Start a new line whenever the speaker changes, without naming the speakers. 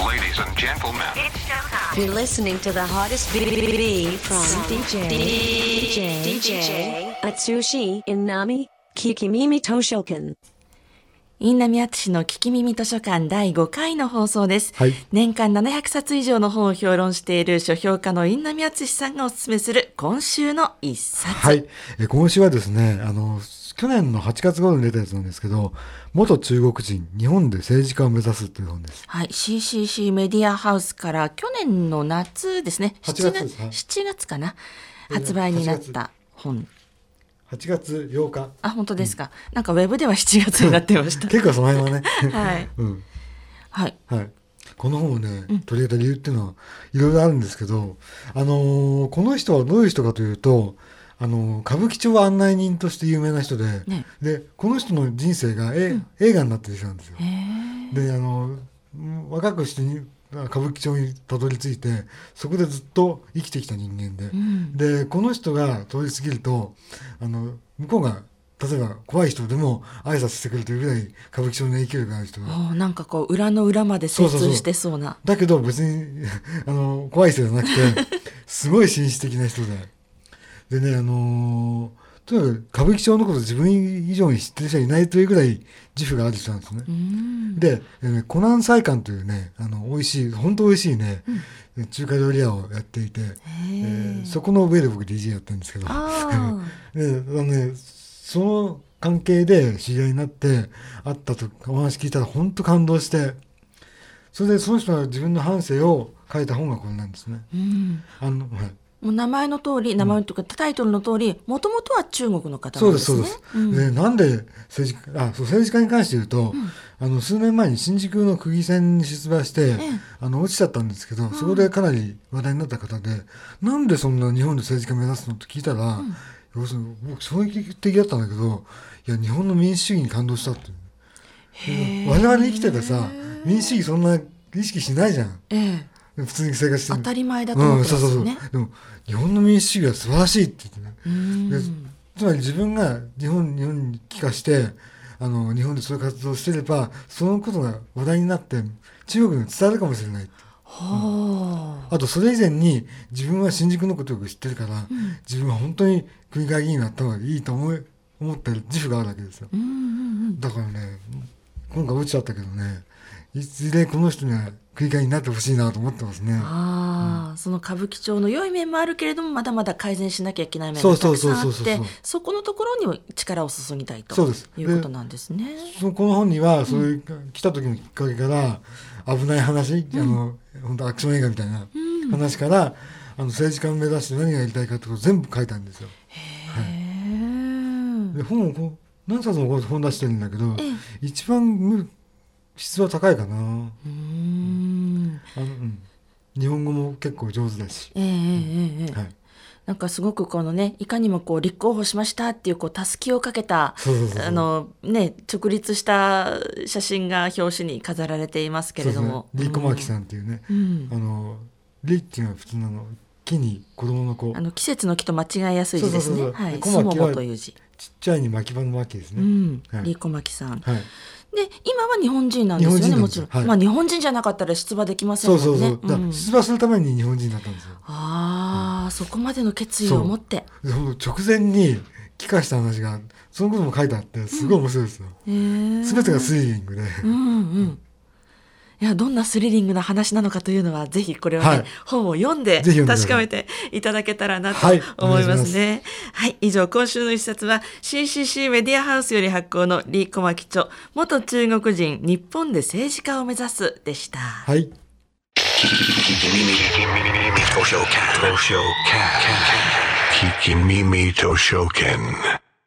Ladies and gentlemen.
You're listening to the hottest b- b- b- from DJ DJ DJ Atsushi Inami Kikimimi Toshokan.
インナミアツシの聞き耳図書館第5回の放送です。
はい
年間700冊以上の本を評論している書評家のインナミアツシさんがおすすめする今週の一冊。
はい、えー今週はですねあの去年の8月頃に出たやつなんですけど元中国人日本で政治家を目指すという本です
はい、CCC メディアハウスから去年の夏ですね。
8
7
月で
月
すはい
,7 月かな。発売になった本。
8月8日
あ、本当ですか。なんかウェブでは7月になってました。
結構その辺はね
はい。
うん
はい。
はいこの本をね取り上げた理由っていうのはいろいろあるんですけど、あのーこの人はどういう人かというと、あのー歌舞伎町案内人として有名な人で、
ね
でこの人の人生が、え映画になってる人なんですよ。
えー
であのうん若くしてに歌舞伎町にたどり着いてそこでずっと生きてきた人間で、
ん
でこの人が通り過ぎるとあの向こうが例えば怖い人でも挨拶してくるというぐらい歌舞伎町の影響力がある人が
おーなんかこう裏の裏まで精通してそうな。
だけど別に あの怖い人じゃなくてすごい紳士的な人ででねあのーとにかく歌舞伎町のこと自分以上に知ってる人はいないというぐらい自負がある人なんですね。
うん
で、えーねコナン菜館というね、あの、美味しい、本当美味しいね、中華料理屋をやっていて、えーそこの上で僕 DJ やってるんですけど、で、あ
あ
のね、その関係で知り合いになって、会ったと、お話聞いたら本当感動して、それでその人が自分の半生を書いた本がこれなんですね。
ーうん
あの、はい。
もう名前の通り、名前というかタイトルの通り、もともとは中国の方
そ
な
うん
で
で
す
す、そう
ね。
です。で、なんで政治家、あ、そう、政治家に関して言うと、あの、数年前に新宿の区議選に出馬して、あの、落ちちゃったんですけど、そこでかなり話題になった方で、なんでそんな日本で政治家目指すのって聞いたら、要するに僕衝撃的だったんだけど、いや、日本の民主主義に感動したっていう。我々生きててさ、民主主義そんな意識しないじゃん。
ええ
普通に生活してる
当たり前だと思ってますよね
うん、そうそうそうでも日本の民主主義は素晴らしいって言って
ん
ねでつまり自分が日本日本に帰化してあの日本でそういう活動をしてればそのことが話題になって中国に伝わるかもしれない
はあ
あとそれ以前に自分は新宿のことをよく知ってるから、自分は本当に国会議員になった方がいいと思い思ってる自負があるわけですよ、
うんうん
だからね今回落ちちゃったけどねいずれこの人には国会議員になってほしいなと思ってますね。
うんああ、その歌舞伎町の良い面もあるけれども、まだまだ改善しなきゃいけない面
そ
が
う
た
そ
く
う
さ
そうん
あっ
そうそう
て
そう、
そこのところにも力を注ぎたいと
そうです
いうことなんですね。
そのこの本にはそういう、来た時のきっかけから危ない話、あの本当アクション映画みたいな話から、あの政治家を目指して何がやりたいかってことを全部書いたんですよ。
へえ。
で本をこう何冊もこう本出してるんだけど、
ええ
一番む質は高いかな。あの
うーん。
うん、日本語も結構上手だし。
ええええええ。
はい、
なんかすごくこのねいかにもこう立候補しましたっていうこうたすきをかけた
そうそうそうそう
あのね直立した写真が表紙に飾られていますけ
そ
れ
うです
ど
ね
も。。
リコマキさんっていうね、
うん
あのリっていうのは普通なの木に子供の子
あ、の季節の木と間違いやすい字です
そう
ね。
そうそうそう
は
で
い。
小
スモ
牧は
モという字。
ちっちゃいに巻き場の巻きです
う
ね。
ん。
はい
リーコマキさん。で
はい。
今は日本人なんですよ
日
ね
本人なん
も
です
ち
よ
ろん。
はい
まあ日本人じゃなかったら出馬できません
そ
もん
う
ね。
そうそう。だ
う
から
ん
出馬するために日本人になったんですよ。
ああそこまでの決意を持って。
でほんと直前に帰化した話がそのことも書いてあってすごい面白いですよ。
へえ
すべてがスリリングで。
うんうん。いや、どんなスリリングな話なのかというのは、ぜひこれはね、
はい
本を読んで
ぜひ読んでくださ
確
い
かめていただけたらなと
はい
思います
お
ね。はい、以上、今週の一冊は CCC メディアハウスより発行のリー・コマキ著、元中国人、日本で政治家を目指すでした。
はい。
Kikimimi Toshoken. Toshoken. Kikimimi Toshoken.